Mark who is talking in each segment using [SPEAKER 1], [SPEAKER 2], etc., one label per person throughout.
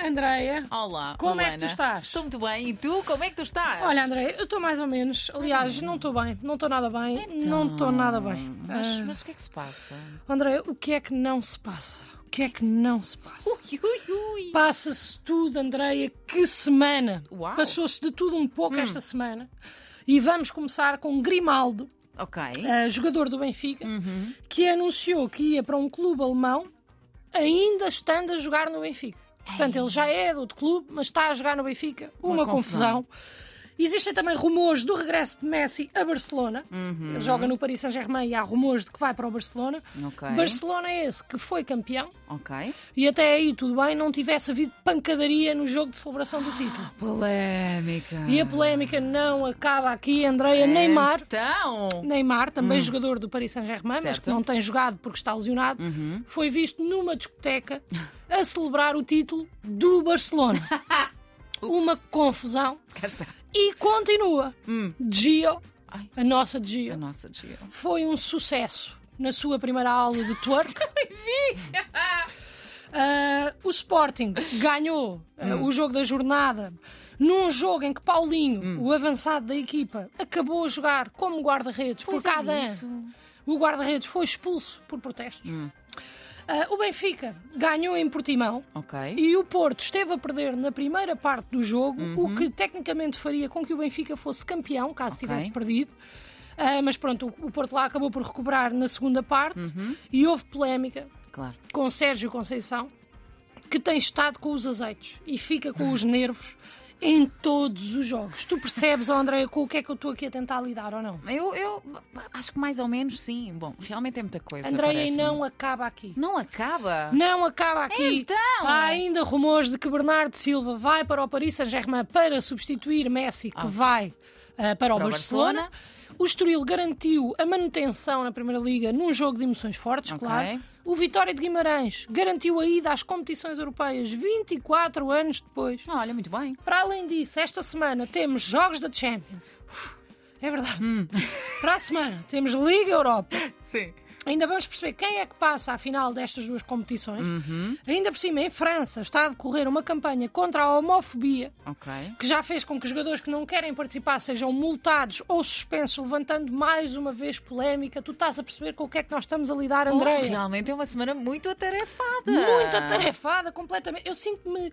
[SPEAKER 1] Andreia,
[SPEAKER 2] Olá,
[SPEAKER 1] como é
[SPEAKER 2] Ah, Luana.
[SPEAKER 1] que tu estás?
[SPEAKER 2] Estou muito bem. E tu, como é que tu estás?
[SPEAKER 1] Olha, Andreia, eu estou mais ou menos. Aliás, não estou bem, não estou nada bem, não estou nada bem.
[SPEAKER 2] Mas,
[SPEAKER 1] Ah,
[SPEAKER 2] Então. mas o que é que se passa?
[SPEAKER 1] Andreia, o que é que não se passa? O que é que não se passa?
[SPEAKER 2] Ui, ui, ui.
[SPEAKER 1] Passa-se tudo, Andreia, que semana!
[SPEAKER 2] Uau. Hum.
[SPEAKER 1] Passou-se de tudo um pouco esta semana. E vamos começar com Grimaldo,
[SPEAKER 2] Ok.
[SPEAKER 1] ah, jogador do Benfica, que anunciou que ia para um clube alemão, ainda estando a jogar no Benfica. Portanto, ele já é de outro clube, mas está a jogar no Benfica. Uma,
[SPEAKER 2] Uma
[SPEAKER 1] confusão. Existem também rumores do regresso de Messi a Barcelona. Ele joga no Paris Saint-Germain e há rumores de que vai para o Barcelona.
[SPEAKER 2] Ok.
[SPEAKER 1] Barcelona é esse que foi campeão
[SPEAKER 2] Ok.
[SPEAKER 1] e até aí tudo bem, não tivesse havido pancadaria no jogo de celebração do título.
[SPEAKER 2] Polémica. É.
[SPEAKER 1] E a polémica não acaba aqui, Andreia. Neymar
[SPEAKER 2] Então.
[SPEAKER 1] Neymar, também jogador do Paris Saint-Germain, mas
[SPEAKER 2] Certo. Uhum.
[SPEAKER 1] que não tem jogado porque está lesionado, foi visto numa discoteca a celebrar o título do Barcelona. Uma confusão.
[SPEAKER 2] Cá está.
[SPEAKER 1] E continua. Gio,
[SPEAKER 2] Hum. Ai.
[SPEAKER 1] a nossa
[SPEAKER 2] A
[SPEAKER 1] Gio,
[SPEAKER 2] nossa Gio.
[SPEAKER 1] foi um sucesso na sua primeira aula de twerk. Ah, o Sporting ganhou ah,
[SPEAKER 2] Hum.
[SPEAKER 1] o jogo da jornada num jogo em que Paulinho,
[SPEAKER 2] Hum.
[SPEAKER 1] o avançado da equipa, acabou a jogar como guarda-redes por
[SPEAKER 2] Pois é
[SPEAKER 1] cada ano.
[SPEAKER 2] isso. Hum.
[SPEAKER 1] O guarda-redes foi expulso por protestos. Ah, o Benfica ganhou em Portimão
[SPEAKER 2] Ok.
[SPEAKER 1] e o Porto esteve a perder na primeira parte do jogo, o que tecnicamente faria com que o Benfica fosse campeão, caso
[SPEAKER 2] Ok.
[SPEAKER 1] tivesse perdido. Ah, mas pronto, o o Porto lá acabou por recuperar na segunda parte e houve polémica
[SPEAKER 2] Claro.
[SPEAKER 1] com Sérgio Conceição, que tem estado com os azeites e fica com os nervos em todos os jogos. Tu percebes, ó Andréia, com o que é que eu estou aqui a tentar lidar ou não?
[SPEAKER 2] Eu, eu acho que mais ou menos sim. Bom, realmente é muita coisa.
[SPEAKER 1] Andréia, e
[SPEAKER 2] parece-me.
[SPEAKER 1] não acaba aqui.
[SPEAKER 2] Não acaba.
[SPEAKER 1] Não acaba aqui.
[SPEAKER 2] Então?
[SPEAKER 1] Há ainda rumores de que Bernardo Silva vai para o Paris Saint-Germain para substituir Messi, que vai ah, para
[SPEAKER 2] Para
[SPEAKER 1] o
[SPEAKER 2] o
[SPEAKER 1] Barcelona.
[SPEAKER 2] Barcelona.
[SPEAKER 1] O Estoril garantiu a manutenção na Primeira Liga num jogo de emoções fortes,
[SPEAKER 2] Ok.
[SPEAKER 1] claro. O Vitória de Guimarães garantiu a ida às competições europeias 24 anos depois.
[SPEAKER 2] Ah, Olha, muito bem.
[SPEAKER 1] Para além disso, esta semana temos Jogos da Champions. Uf, é verdade.
[SPEAKER 2] Hum.
[SPEAKER 1] Para a semana temos Liga Europa.
[SPEAKER 2] Sim.
[SPEAKER 1] Ainda vamos perceber quem é que passa à final destas duas competições.
[SPEAKER 2] Uhum.
[SPEAKER 1] Ainda por cima, em França, está a decorrer uma campanha contra a homofobia
[SPEAKER 2] Ok.
[SPEAKER 1] que já fez com que jogadores que não querem participar sejam multados ou suspensos, levantando mais uma vez polémica. Tu estás a perceber com o que é que nós estamos a lidar,
[SPEAKER 2] Oh,
[SPEAKER 1] Andréia?
[SPEAKER 2] realmente é uma semana muito atarefada.
[SPEAKER 1] Muito
[SPEAKER 2] Ah.
[SPEAKER 1] atarefada, completamente. Eu sinto-me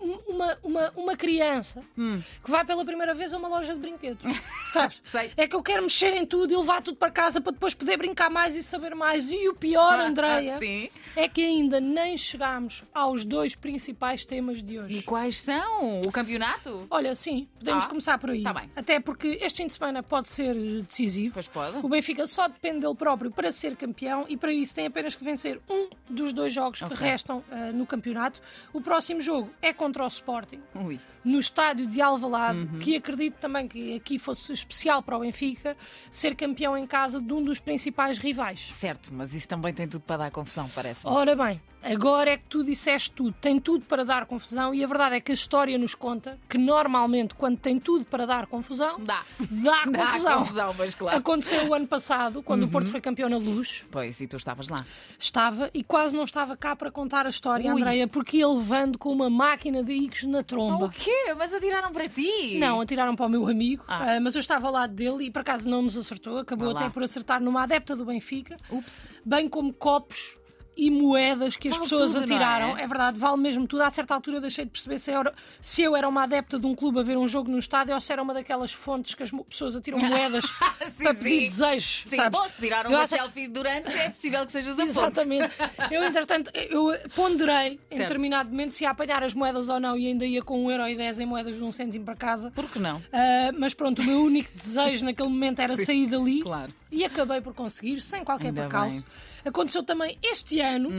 [SPEAKER 1] um- uma, uma, uma criança
[SPEAKER 2] Hum.
[SPEAKER 1] que vai pela primeira vez a uma loja de brinquedos. Sabes?
[SPEAKER 2] Sei.
[SPEAKER 1] É que eu quero mexer em tudo e levar tudo para casa para depois poder brincar mais e saber mais. E o pior, Andreia,
[SPEAKER 2] Ah, Sim.
[SPEAKER 1] é que ainda nem chegámos aos dois principais temas de
[SPEAKER 2] E
[SPEAKER 1] hoje.
[SPEAKER 2] quais são? O campeonato?
[SPEAKER 1] Olha, sim, podemos
[SPEAKER 2] Ah,
[SPEAKER 1] começar por aí.
[SPEAKER 2] tá bem.
[SPEAKER 1] Até porque este fim de semana pode ser eh, decisivo.
[SPEAKER 2] Pois pode.
[SPEAKER 1] O Benfica só depende dele próprio para ser campeão e para isso tem apenas que vencer um dos dois jogos
[SPEAKER 2] Ok.
[SPEAKER 1] que restam ah, no campeonato. O próximo jogo é contra o Sporting,
[SPEAKER 2] Ui.
[SPEAKER 1] no estádio de Alvalade,
[SPEAKER 2] Uhum.
[SPEAKER 1] que acredito também que aqui fosse especial para o Benfica ser campeão em casa de um dos principais rivais.
[SPEAKER 2] Certo, mas isso também tem tudo para dar confusão, parece. me
[SPEAKER 1] Ora bem, agora é que tu disseste tudo, tem tudo para dar confusão e a verdade é que a história nos conta que normalmente quando tem tudo para dar confusão,
[SPEAKER 2] Dá.
[SPEAKER 1] dá
[SPEAKER 2] Dá
[SPEAKER 1] confusão.
[SPEAKER 2] confusão, mas claro. Uhum.
[SPEAKER 1] Aconteceu o ano passado, quando o Porto foi campeão na luz,
[SPEAKER 2] Pois, e tu estavas lá.
[SPEAKER 1] estava e quase não estava cá para contar a história,
[SPEAKER 2] Ui.
[SPEAKER 1] Andreia, porque ia levando com uma máquina de Icos na tromba.
[SPEAKER 2] Oh, o quê? Mas atiraram para ti?
[SPEAKER 1] Não, atiraram para o meu amigo,
[SPEAKER 2] Ah.
[SPEAKER 1] ah, mas eu estava ao lado dele e por acaso não nos acertou, acabou
[SPEAKER 2] Vá lá.
[SPEAKER 1] até por acertar numa adepta do Benfica,
[SPEAKER 2] Ups.
[SPEAKER 1] bem como copos e moedas que as
[SPEAKER 2] Vale
[SPEAKER 1] pessoas
[SPEAKER 2] tudo, não
[SPEAKER 1] atiraram.
[SPEAKER 2] é?
[SPEAKER 1] verdade, vale mesmo tudo. A certa altura deixei de perceber se, era- se eu era uma adepta de um clube a ver um jogo num estádio ou se era uma daquelas fontes que as mo- pessoas atiram moedas
[SPEAKER 2] Sim,
[SPEAKER 1] para pedir
[SPEAKER 2] sim.
[SPEAKER 1] desejos.
[SPEAKER 2] Sim,
[SPEAKER 1] sabes?
[SPEAKER 2] bom, se tiraram
[SPEAKER 1] Eu
[SPEAKER 2] uma
[SPEAKER 1] acho-
[SPEAKER 2] selfie durante, é possível que sejas a fonte.
[SPEAKER 1] Exatamente. Eu, entretanto, eu ponderei
[SPEAKER 2] Certo.
[SPEAKER 1] em determinado momento se ia apanhar as moedas ou não e ainda ia com 1,10€ em moedas de um cêntimo para casa.
[SPEAKER 2] Por que não?
[SPEAKER 1] Ah, mas pronto, o meu único desejo naquele momento era sair dali
[SPEAKER 2] claro.
[SPEAKER 1] e acabei por conseguir, sem qualquer
[SPEAKER 2] Ainda Hum.
[SPEAKER 1] percalço. Aconteceu também este ano,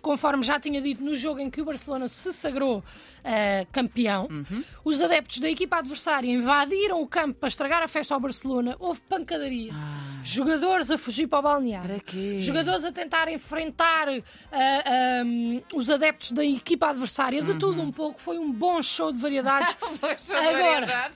[SPEAKER 1] conforme já tinha dito, no jogo em que o Barcelona se sagrou ah, campeão,
[SPEAKER 2] Uhum.
[SPEAKER 1] os adeptos da equipa adversária invadiram o campo para estragar a festa ao Barcelona, houve pancadaria. Jogadores a fugir para o
[SPEAKER 2] Ah.
[SPEAKER 1] balneário.
[SPEAKER 2] Para quê?
[SPEAKER 1] Jogadores a tentar enfrentar ah, ah, os adeptos da equipa adversária.
[SPEAKER 2] Uhum.
[SPEAKER 1] De tudo um pouco. Foi um bom show de variedades. Agora,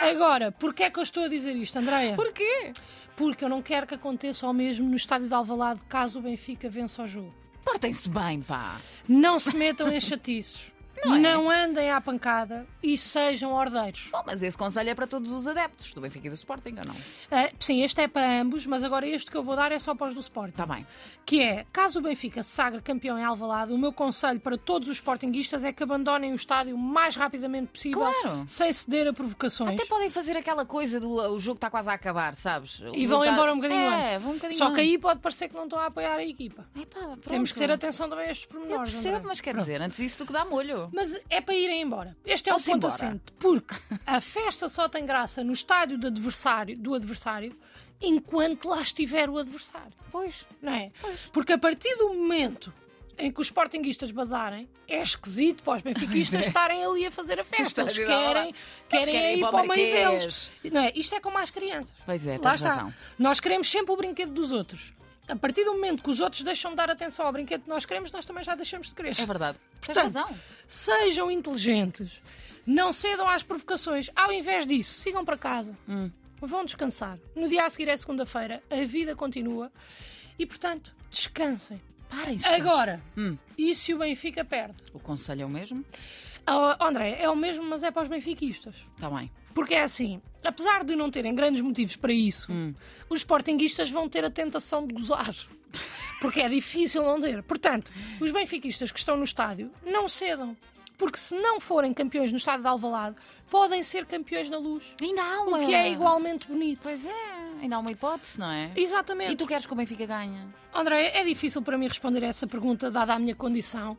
[SPEAKER 1] agora, porquê é que eu estou a dizer isto, Andréia?
[SPEAKER 2] Porquê?
[SPEAKER 1] Porque eu não quero que aconteça ao mesmo no estádio de Alvalade caso o Benfica vença o jogo.
[SPEAKER 2] Portem-se bem, pá.
[SPEAKER 1] Não se metam em chatiços.
[SPEAKER 2] é?
[SPEAKER 1] não, andem à pancada e sejam ordeiros.
[SPEAKER 2] Bom, mas esse conselho é para todos os adeptos do Benfica e do Sporting, ou não?
[SPEAKER 1] Ah, sim, este é para ambos, mas agora este que eu vou dar é só para os do Sporting.
[SPEAKER 2] Está Tá bem.
[SPEAKER 1] Que é, caso o Benfica se sagre campeão em Alvalade, o meu conselho para todos os sportinguistas é que abandonem o estádio o mais rapidamente possível,
[SPEAKER 2] Claro.
[SPEAKER 1] sem ceder a provocações.
[SPEAKER 2] Até podem fazer aquela coisa do o jogo está quase a acabar, sabes? O
[SPEAKER 1] E
[SPEAKER 2] jogo
[SPEAKER 1] vão
[SPEAKER 2] está-
[SPEAKER 1] embora um bocadinho
[SPEAKER 2] é,
[SPEAKER 1] antes.
[SPEAKER 2] Vão um bocadinho
[SPEAKER 1] Só que
[SPEAKER 2] antes.
[SPEAKER 1] aí pode parecer que não estão a apoiar a equipa.
[SPEAKER 2] Epá, pronto.
[SPEAKER 1] Temos que ter atenção também a estes
[SPEAKER 2] Eu
[SPEAKER 1] pormenores.
[SPEAKER 2] percebo,
[SPEAKER 1] André.
[SPEAKER 2] mas quer
[SPEAKER 1] Pronto.
[SPEAKER 2] dizer, antes isso do que dá molho.
[SPEAKER 1] Mas é para irem embora. Este é o
[SPEAKER 2] Vão-se
[SPEAKER 1] ponto
[SPEAKER 2] embora.
[SPEAKER 1] assente. Porque a festa só tem graça no estádio do adversário, do adversário enquanto lá estiver o adversário.
[SPEAKER 2] Pois.
[SPEAKER 1] Não é? Porque a partir do momento em que os sportinguistas bazarem, é esquisito para os benfiquistas estarem ali a fazer a festa. Eles
[SPEAKER 2] é. Estarem lá.
[SPEAKER 1] querem,
[SPEAKER 2] Eles
[SPEAKER 1] querem,
[SPEAKER 2] querem ir
[SPEAKER 1] ir
[SPEAKER 2] para o
[SPEAKER 1] para o meio
[SPEAKER 2] Marquês.
[SPEAKER 1] deles. Não é? Isto é como às crianças.
[SPEAKER 2] Pois é,
[SPEAKER 1] Lá
[SPEAKER 2] tens
[SPEAKER 1] está.
[SPEAKER 2] razão.
[SPEAKER 1] Nós queremos sempre o brinquedo dos outros. A partir do momento que os outros deixam de dar atenção ao brinquedo que nós queremos, nós também já deixamos de querer.
[SPEAKER 2] É verdade. Tens
[SPEAKER 1] Portanto,
[SPEAKER 2] razão.
[SPEAKER 1] Sejam inteligentes, não cedam às provocações. Ao invés disso, sigam para casa. Vão descansar. No dia a seguir é segunda-feira, a vida continua e, portanto, descansem.
[SPEAKER 2] Parem
[SPEAKER 1] Agora, e se o Benfica perde?
[SPEAKER 2] O conselho é o mesmo?
[SPEAKER 1] Ah, André, é o mesmo, mas é para os benfiquistas.
[SPEAKER 2] Está Tá bem.
[SPEAKER 1] Porque é assim, apesar de não terem grandes motivos para isso,
[SPEAKER 2] Hum.
[SPEAKER 1] os sportinguistas vão ter a tentação de gozar. Porque é difícil não ter. Portanto, os benfiquistas que estão no estádio, não cedam. Porque se não forem campeões no estádio de Alvalade, podem ser campeões na luz.
[SPEAKER 2] Ainda há uma.
[SPEAKER 1] O que é igualmente bonito.
[SPEAKER 2] Pois é, ainda há uma hipótese, não é?
[SPEAKER 1] Exatamente.
[SPEAKER 2] E tu queres que o Benfica ganhe?
[SPEAKER 1] André, é difícil para mim responder a essa pergunta, dada a minha condição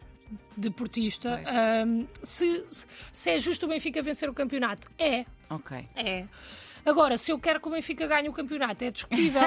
[SPEAKER 1] de portista.
[SPEAKER 2] Pois.
[SPEAKER 1] Ahm, se, se- se é justo o Benfica vencer o campeonato? É.
[SPEAKER 2] Ok.
[SPEAKER 1] É. Agora, se eu quero que o Benfica ganhe o campeonato, é discutível.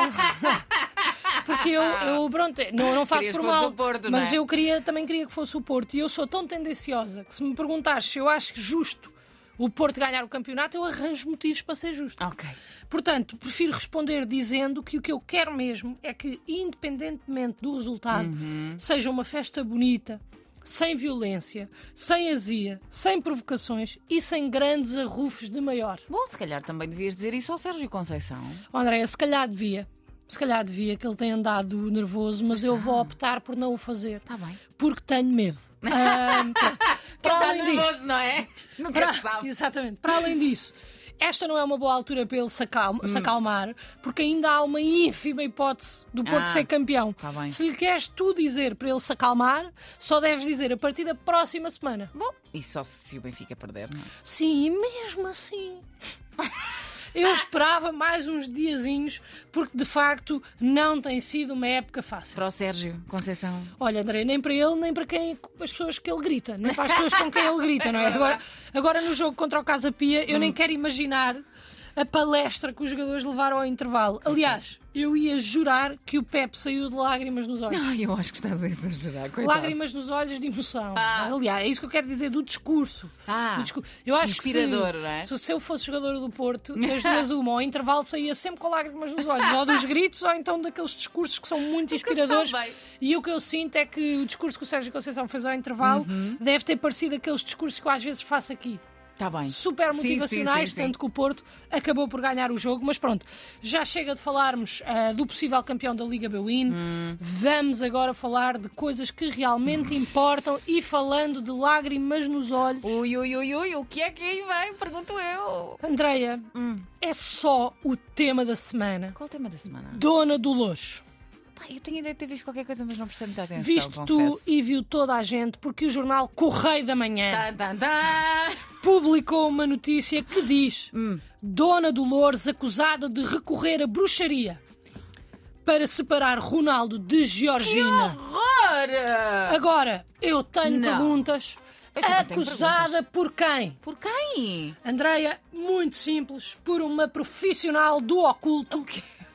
[SPEAKER 1] Porque eu, eu pronto, não, não faço
[SPEAKER 2] Querias
[SPEAKER 1] por
[SPEAKER 2] que fosse
[SPEAKER 1] mal.
[SPEAKER 2] o Porto, não
[SPEAKER 1] mas
[SPEAKER 2] é?
[SPEAKER 1] eu queria, também queria que fosse o Porto. E eu sou tão tendenciosa que se me perguntares se eu acho justo o Porto ganhar o campeonato, eu arranjo motivos para ser justo.
[SPEAKER 2] Ok.
[SPEAKER 1] Portanto, prefiro responder dizendo que o que eu quero mesmo é que, independentemente do resultado,
[SPEAKER 2] Uhum.
[SPEAKER 1] seja uma festa bonita, sem violência, sem azia, sem provocações e sem grandes arrufos de maior.
[SPEAKER 2] Bom, se calhar também devias dizer isso ao Sérgio Conceição.
[SPEAKER 1] Oh, Andréia, se calhar devia. Se calhar devia, que ele tem andado nervoso, mas eu
[SPEAKER 2] Ah.
[SPEAKER 1] vou optar por não o fazer.
[SPEAKER 2] Está Tá bem.
[SPEAKER 1] Porque tenho medo. Ahm, pronto. para além disso,
[SPEAKER 2] não é? Nunca
[SPEAKER 1] para-
[SPEAKER 2] se sabe.
[SPEAKER 1] exatamente. Para além disso, esta não é uma boa altura para ele se, acalma-
[SPEAKER 2] Hum.
[SPEAKER 1] se acalmar, porque ainda há uma ínfima hipótese do Porto
[SPEAKER 2] Ah,
[SPEAKER 1] ser campeão.
[SPEAKER 2] tá bem.
[SPEAKER 1] Se lhe queres tu dizer para ele se acalmar, só deves dizer a partir da próxima semana.
[SPEAKER 2] Bom, e só se o Benfica perder, não é?
[SPEAKER 1] Sim, e mesmo assim. Eu esperava mais uns diazinhos, porque de facto não tem sido uma época fácil.
[SPEAKER 2] Para o Sérgio Conceição.
[SPEAKER 1] Olha, André, nem para ele, nem para quem as pessoas que ele grita, nem para as pessoas com quem ele grita, não é? Agora, agora no jogo contra o Casa Pia, eu nem quero imaginar a palestra que os jogadores levaram ao intervalo. Aliás, eu ia jurar que o Pepe saiu de lágrimas nos olhos.
[SPEAKER 2] Ai, eu acho que estás a exagerar. Coitado.
[SPEAKER 1] Lágrimas nos olhos de emoção. Aliás, é isso que eu quero dizer do discurso.
[SPEAKER 2] Ah,
[SPEAKER 1] Do discu- Eu acho
[SPEAKER 2] inspirador,
[SPEAKER 1] que se,
[SPEAKER 2] não é?
[SPEAKER 1] se eu fosse jogador do Porto, das duas uma, ao intervalo saía sempre com lágrimas nos olhos, ou dos gritos, ou então daqueles discursos que são muito inspiradores.
[SPEAKER 2] bem.
[SPEAKER 1] E o que eu sinto é que o discurso que o Sérgio Conceição fez ao intervalo
[SPEAKER 2] Uhum.
[SPEAKER 1] deve ter parecido aqueles discursos que eu às vezes faço aqui
[SPEAKER 2] Está Tá bem.
[SPEAKER 1] super
[SPEAKER 2] Sim,
[SPEAKER 1] motivacionais,
[SPEAKER 2] sim, sim, sim.
[SPEAKER 1] tanto que o Porto acabou por ganhar o jogo, mas pronto, já chega de falarmos ah, do possível campeão da Liga Beuin,
[SPEAKER 2] Hum.
[SPEAKER 1] vamos agora falar de coisas que realmente importam e falando de lágrimas nos olhos.
[SPEAKER 2] Ui, ui, ui, ui, o que é que aí vem? Pergunto eu.
[SPEAKER 1] Andreia,
[SPEAKER 2] Hum.
[SPEAKER 1] é só o tema da semana.
[SPEAKER 2] Qual o tema da semana?
[SPEAKER 1] Dona Dolores,
[SPEAKER 2] Pá, eu tenho a ideia de ter visto qualquer coisa, mas não prestei muita atenção.
[SPEAKER 1] viste tu
[SPEAKER 2] confesso.
[SPEAKER 1] e viu toda a gente, porque o jornal Correio da Manhã
[SPEAKER 2] Tan, tan, tan.
[SPEAKER 1] publicou uma notícia que diz:
[SPEAKER 2] Hum.
[SPEAKER 1] Dona Dolores acusada de recorrer a bruxaria para separar Ronaldo de Georgina.
[SPEAKER 2] Horror!
[SPEAKER 1] Agora, eu tenho
[SPEAKER 2] Não.
[SPEAKER 1] perguntas.
[SPEAKER 2] Eu também tenho
[SPEAKER 1] acusada por quem?
[SPEAKER 2] Por quem?
[SPEAKER 1] Andreia, muito simples, por uma profissional do oculto,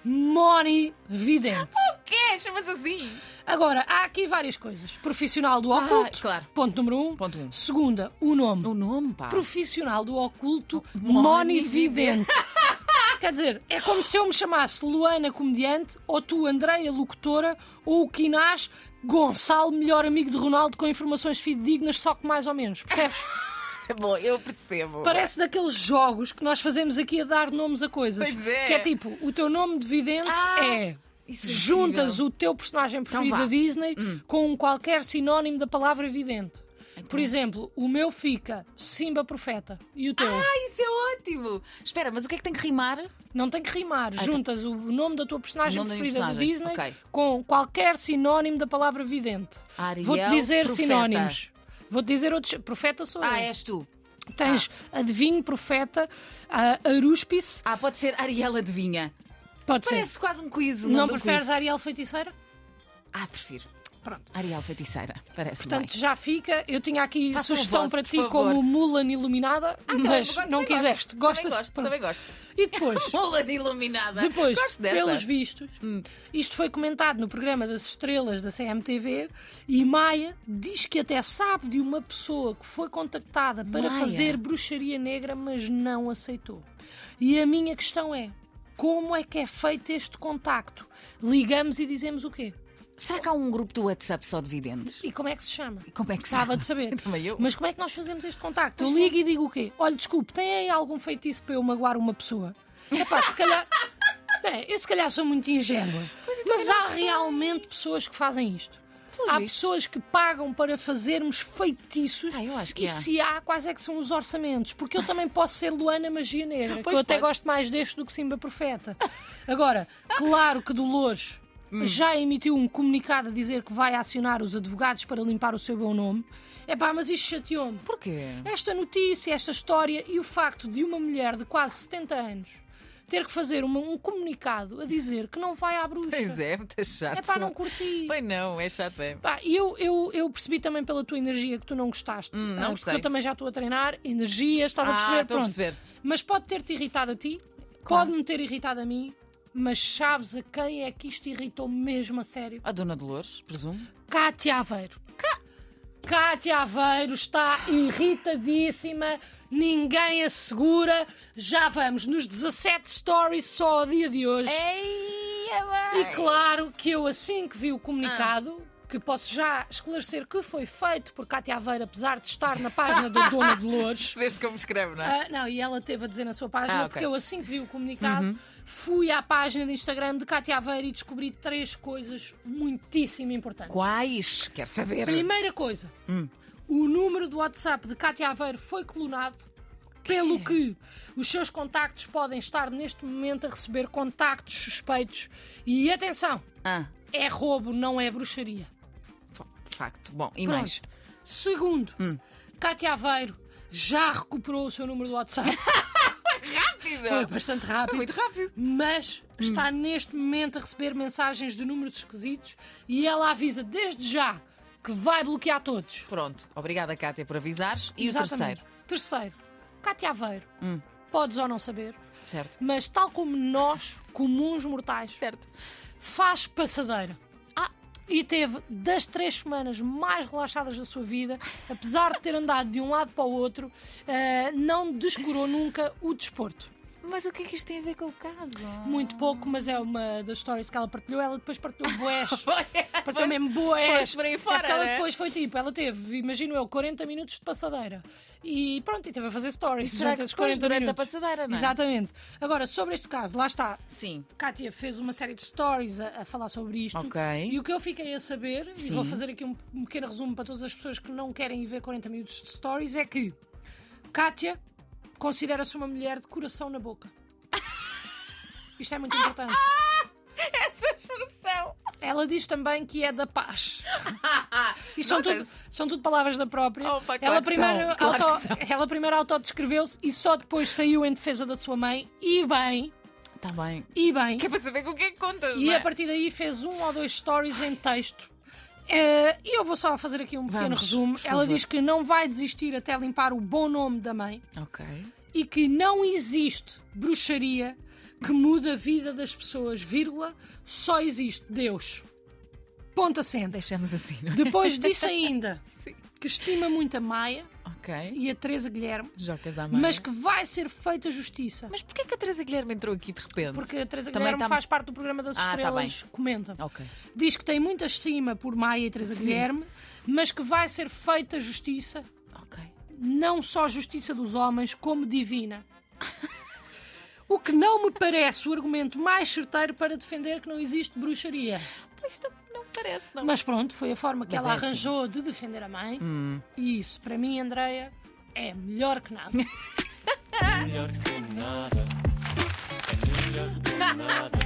[SPEAKER 1] Moni Vidente.
[SPEAKER 2] O quê? Chamas assim?
[SPEAKER 1] Agora, há aqui várias coisas. Profissional do
[SPEAKER 2] Ah,
[SPEAKER 1] oculto,
[SPEAKER 2] claro.
[SPEAKER 1] ponto número um.
[SPEAKER 2] Ponto um.
[SPEAKER 1] Segunda, o nome.
[SPEAKER 2] O nome, pá.
[SPEAKER 1] profissional do oculto
[SPEAKER 2] Moni
[SPEAKER 1] monividente. Quer dizer, é como se eu me chamasse Luana Comediante, ou tu, Andreia Locutora, ou o Quinás Gonçalo, melhor amigo de Ronaldo, com informações fidedignas, só que mais ou menos, percebes?
[SPEAKER 2] Bom, eu percebo.
[SPEAKER 1] Parece daqueles jogos que nós fazemos aqui a dar nomes a coisas.
[SPEAKER 2] Pois é.
[SPEAKER 1] Que é tipo, o teu nome de vidente
[SPEAKER 2] Ah,
[SPEAKER 1] é.
[SPEAKER 2] isso é
[SPEAKER 1] juntas
[SPEAKER 2] incrível. Então
[SPEAKER 1] o teu personagem preferido
[SPEAKER 2] vá. Hum.
[SPEAKER 1] um da Disney com qualquer sinónimo da palavra vidente.
[SPEAKER 2] Então.
[SPEAKER 1] Por exemplo, o meu fica Simba Profeta e o teu
[SPEAKER 2] Isso é ótimo! Espera, mas o que é que tem que rimar?
[SPEAKER 1] não tem que rimar. Juntas o nome da tua personagem
[SPEAKER 2] O Ah, nome da minha
[SPEAKER 1] preferida do
[SPEAKER 2] personagem,
[SPEAKER 1] Disney
[SPEAKER 2] ok.
[SPEAKER 1] com qualquer sinónimo da palavra vidente.
[SPEAKER 2] Ariel,
[SPEAKER 1] Vou-te dizer
[SPEAKER 2] profeta.
[SPEAKER 1] sinónimos. Vou-te dizer outros. Profeta sou
[SPEAKER 2] Ah,
[SPEAKER 1] eu.
[SPEAKER 2] és tu.
[SPEAKER 1] Tens adivinho, profeta, ah, arúspice.
[SPEAKER 2] Ah, pode ser Ariela Adivinha.
[SPEAKER 1] Pode
[SPEAKER 2] Parece
[SPEAKER 1] ser.
[SPEAKER 2] quase um quiz. o
[SPEAKER 1] Não
[SPEAKER 2] nome do
[SPEAKER 1] preferes
[SPEAKER 2] quiz.
[SPEAKER 1] Ariel Feiticeira?
[SPEAKER 2] Ah, prefiro.
[SPEAKER 1] Pronto.
[SPEAKER 2] Ariel Feiticeira. Parece
[SPEAKER 1] Portanto, já fica. Eu tinha aqui
[SPEAKER 2] Faça uma
[SPEAKER 1] sugestão
[SPEAKER 2] voz,
[SPEAKER 1] para
[SPEAKER 2] por
[SPEAKER 1] ti
[SPEAKER 2] favor. Ah, tá
[SPEAKER 1] como Mulan Iluminada, mas não quiseste.
[SPEAKER 2] Então, Gosto, Também
[SPEAKER 1] Gostas?
[SPEAKER 2] gosto,
[SPEAKER 1] Pronto.
[SPEAKER 2] também gosto.
[SPEAKER 1] E depois?
[SPEAKER 2] Mola de iluminada.
[SPEAKER 1] Depois,
[SPEAKER 2] gosto dessa. Hum.
[SPEAKER 1] pelos vistos, isto foi comentado no programa das estrelas da CMTV e Maia diz que até sabe de uma pessoa que foi contactada para
[SPEAKER 2] Maia?
[SPEAKER 1] fazer bruxaria negra, mas não aceitou. E a minha questão é: como é que é feito este contacto? Ligamos e dizemos o quê?
[SPEAKER 2] Será que há um grupo do WhatsApp só de videntes?
[SPEAKER 1] E como é que se chama?
[SPEAKER 2] Como é que se
[SPEAKER 1] Gostava de saber.
[SPEAKER 2] Também eu.
[SPEAKER 1] Mas como é que nós fazemos este contacto? Eu ligo e digo o quê? Olha, desculpe, tem aí algum feitiço para eu magoar uma pessoa? Epá, se calhar. É, eu se calhar sou muito ingênua. Mas há realmente pessoas que fazem isto.
[SPEAKER 2] Pelos
[SPEAKER 1] há
[SPEAKER 2] vistos.
[SPEAKER 1] pessoas que pagam para fazermos feitiços.
[SPEAKER 2] Ah, eu acho que
[SPEAKER 1] e
[SPEAKER 2] há.
[SPEAKER 1] se há, quais é que são os orçamentos? Porque eu também posso ser Luana Magia Negra, que eu
[SPEAKER 2] Pois
[SPEAKER 1] até
[SPEAKER 2] pode.
[SPEAKER 1] gosto mais deste do que Simba Profeta. Agora, claro que Dolores
[SPEAKER 2] Hum.
[SPEAKER 1] já emitiu um comunicado a dizer que vai acionar os advogados para limpar o seu bom nome. É pá, mas isto chateou-me.
[SPEAKER 2] Porquê?
[SPEAKER 1] Esta notícia, esta história e o facto de uma mulher de quase 70 anos ter que fazer uma- um comunicado a dizer que não vai à bruxa.
[SPEAKER 2] Pois é, muito chato.
[SPEAKER 1] É pá, não curti.
[SPEAKER 2] Pois não, é chato, é.
[SPEAKER 1] Pá, e eu, eu, eu percebi também pela tua energia que tu não gostaste.
[SPEAKER 2] Hum, não
[SPEAKER 1] Ah, porque
[SPEAKER 2] gostei.
[SPEAKER 1] eu também já estou a treinar, energia, estás a
[SPEAKER 2] Ah,
[SPEAKER 1] perceber?
[SPEAKER 2] estou a
[SPEAKER 1] Pronto.
[SPEAKER 2] perceber.
[SPEAKER 1] Mas pode ter-te irritado a ti, pode-me ter irritado a mim, mas sabes a quem é que isto irritou mesmo a sério?
[SPEAKER 2] A Dona Dolores, presumo.
[SPEAKER 1] Cátia Aveiro. Cátia Aveiro está irritadíssima, ninguém a segura. Já vamos nos 17 stories só ao dia de
[SPEAKER 2] É
[SPEAKER 1] hoje.
[SPEAKER 2] Ei, é
[SPEAKER 1] E claro que eu, assim que vi o comunicado,
[SPEAKER 2] Ah.
[SPEAKER 1] que posso já esclarecer que foi feito por Cátia Aveiro, apesar de estar na página da Dona Dolores.
[SPEAKER 2] Percebeste como escreve, não é?
[SPEAKER 1] Ah, não, e ela teve a dizer na sua página,
[SPEAKER 2] Ah, ok. Uhum.
[SPEAKER 1] porque eu, assim que vi o comunicado, fui à página de Instagram de Cátia Aveiro e descobri três coisas muitíssimo importantes.
[SPEAKER 2] Quais? Quer saber?
[SPEAKER 1] Primeira coisa,
[SPEAKER 2] Hum.
[SPEAKER 1] o número do WhatsApp de Cátia Aveiro foi clonado, pelo que os seus contactos podem estar neste momento a receber contactos suspeitos. E atenção,
[SPEAKER 2] Ah,
[SPEAKER 1] é roubo, não é bruxaria.
[SPEAKER 2] f- facto. Bom, e
[SPEAKER 1] Pronto.
[SPEAKER 2] mais?
[SPEAKER 1] Segundo,
[SPEAKER 2] Hum.
[SPEAKER 1] Cátia Aveiro já recuperou o seu número do WhatsApp. Foi
[SPEAKER 2] Rápido!
[SPEAKER 1] bastante rápido.
[SPEAKER 2] Muito Hum. rápido.
[SPEAKER 1] Mas está neste momento a receber mensagens de números esquisitos e ela avisa desde já que vai bloquear todos.
[SPEAKER 2] Pronto, obrigada, Cátia, por avisares. E o
[SPEAKER 1] Exatamente.
[SPEAKER 2] terceiro, Hum.
[SPEAKER 1] Terceiro, Cátia Aveiro. Podes ou não saber,
[SPEAKER 2] certo?
[SPEAKER 1] mas tal como nós, comuns mortais,
[SPEAKER 2] Certo.
[SPEAKER 1] faz passadeira.
[SPEAKER 2] Ah.
[SPEAKER 1] E teve das três semanas mais relaxadas da sua vida, apesar de ter andado de um lado para o outro, eh, não descurou nunca o desporto.
[SPEAKER 2] Mas o que é que isto tem a ver com o caso?
[SPEAKER 1] Muito pouco, mas é uma das stories que ela partilhou. Ela depois partilhou boés. partilhou
[SPEAKER 2] Pois,
[SPEAKER 1] mesmo boés.
[SPEAKER 2] pois, por aí fora,
[SPEAKER 1] é porque ela
[SPEAKER 2] né?
[SPEAKER 1] depois foi tipo, ela teve, imagino eu, 40 minutos de passadeira. E pronto, e teve a fazer stories
[SPEAKER 2] E será
[SPEAKER 1] durante
[SPEAKER 2] que
[SPEAKER 1] esses
[SPEAKER 2] depois,
[SPEAKER 1] 40
[SPEAKER 2] durante a
[SPEAKER 1] minutos.
[SPEAKER 2] passadeira, não é?
[SPEAKER 1] Exatamente. Agora, sobre este caso, lá está.
[SPEAKER 2] Sim.
[SPEAKER 1] Kátia fez uma série de stories a, a falar sobre isto.
[SPEAKER 2] Ok.
[SPEAKER 1] E o que eu fiquei a saber, e
[SPEAKER 2] Sim.
[SPEAKER 1] vou fazer aqui um, um pequeno resumo para todas as pessoas que não querem ir ver 40 minutos de stories, é que Kátia considera-se uma mulher de coração na boca. Isto é muito importante.
[SPEAKER 2] Essa expressão!
[SPEAKER 1] Ela diz também que é da paz. Isto são tudo, são tudo palavras da própria.
[SPEAKER 2] Opa, claro
[SPEAKER 1] ela,
[SPEAKER 2] que
[SPEAKER 1] primeiro
[SPEAKER 2] são, claro
[SPEAKER 1] auto-
[SPEAKER 2] que são.
[SPEAKER 1] ela primeiro autodescreveu-se e só depois saiu em defesa da sua mãe. E bem,
[SPEAKER 2] Está Tá bem.
[SPEAKER 1] e bem.
[SPEAKER 2] Que é para saber com o que é que contas,
[SPEAKER 1] E
[SPEAKER 2] não é?
[SPEAKER 1] a partir daí fez um ou dois stories em texto. Eh, E eu vou só fazer aqui um pequeno
[SPEAKER 2] Vamos,
[SPEAKER 1] resumo.
[SPEAKER 2] por
[SPEAKER 1] Ela
[SPEAKER 2] favor.
[SPEAKER 1] diz que não vai desistir até limpar o bom nome da mãe
[SPEAKER 2] Ok.
[SPEAKER 1] e que não existe bruxaria que muda a vida das pessoas, vírgula, só existe Deus. Ponto acento.
[SPEAKER 2] Deixamos assim, não é?
[SPEAKER 1] Depois disso ainda,
[SPEAKER 2] Sim.
[SPEAKER 1] que estima muito a Maia
[SPEAKER 2] é? Ok.
[SPEAKER 1] e a Teresa Guilherme,
[SPEAKER 2] Jocas à mãe.
[SPEAKER 1] mas que vai ser feita justiça.
[SPEAKER 2] Mas porquê que a Teresa Guilherme entrou aqui de repente?
[SPEAKER 1] Porque a Teresa
[SPEAKER 2] Também
[SPEAKER 1] Guilherme
[SPEAKER 2] tá-
[SPEAKER 1] faz parte do programa das
[SPEAKER 2] Ah, tá
[SPEAKER 1] Estrelas, comenta.
[SPEAKER 2] Ok.
[SPEAKER 1] Diz que tem muita estima por Maia e Teresa Guilherme, mas que vai ser feita justiça,
[SPEAKER 2] Ok.
[SPEAKER 1] não só justiça dos homens, como divina. O que não me parece o argumento mais certeiro para defender que não existe bruxaria.
[SPEAKER 2] Pois também não Parece, não. é?
[SPEAKER 1] Mas pronto, foi a forma que
[SPEAKER 2] Mas
[SPEAKER 1] ela
[SPEAKER 2] é assim. Hum.
[SPEAKER 1] arranjou de defender a mãe. E isso, para mim, Andreia, é melhor que nada.
[SPEAKER 3] Melhor que nada. É melhor que nada.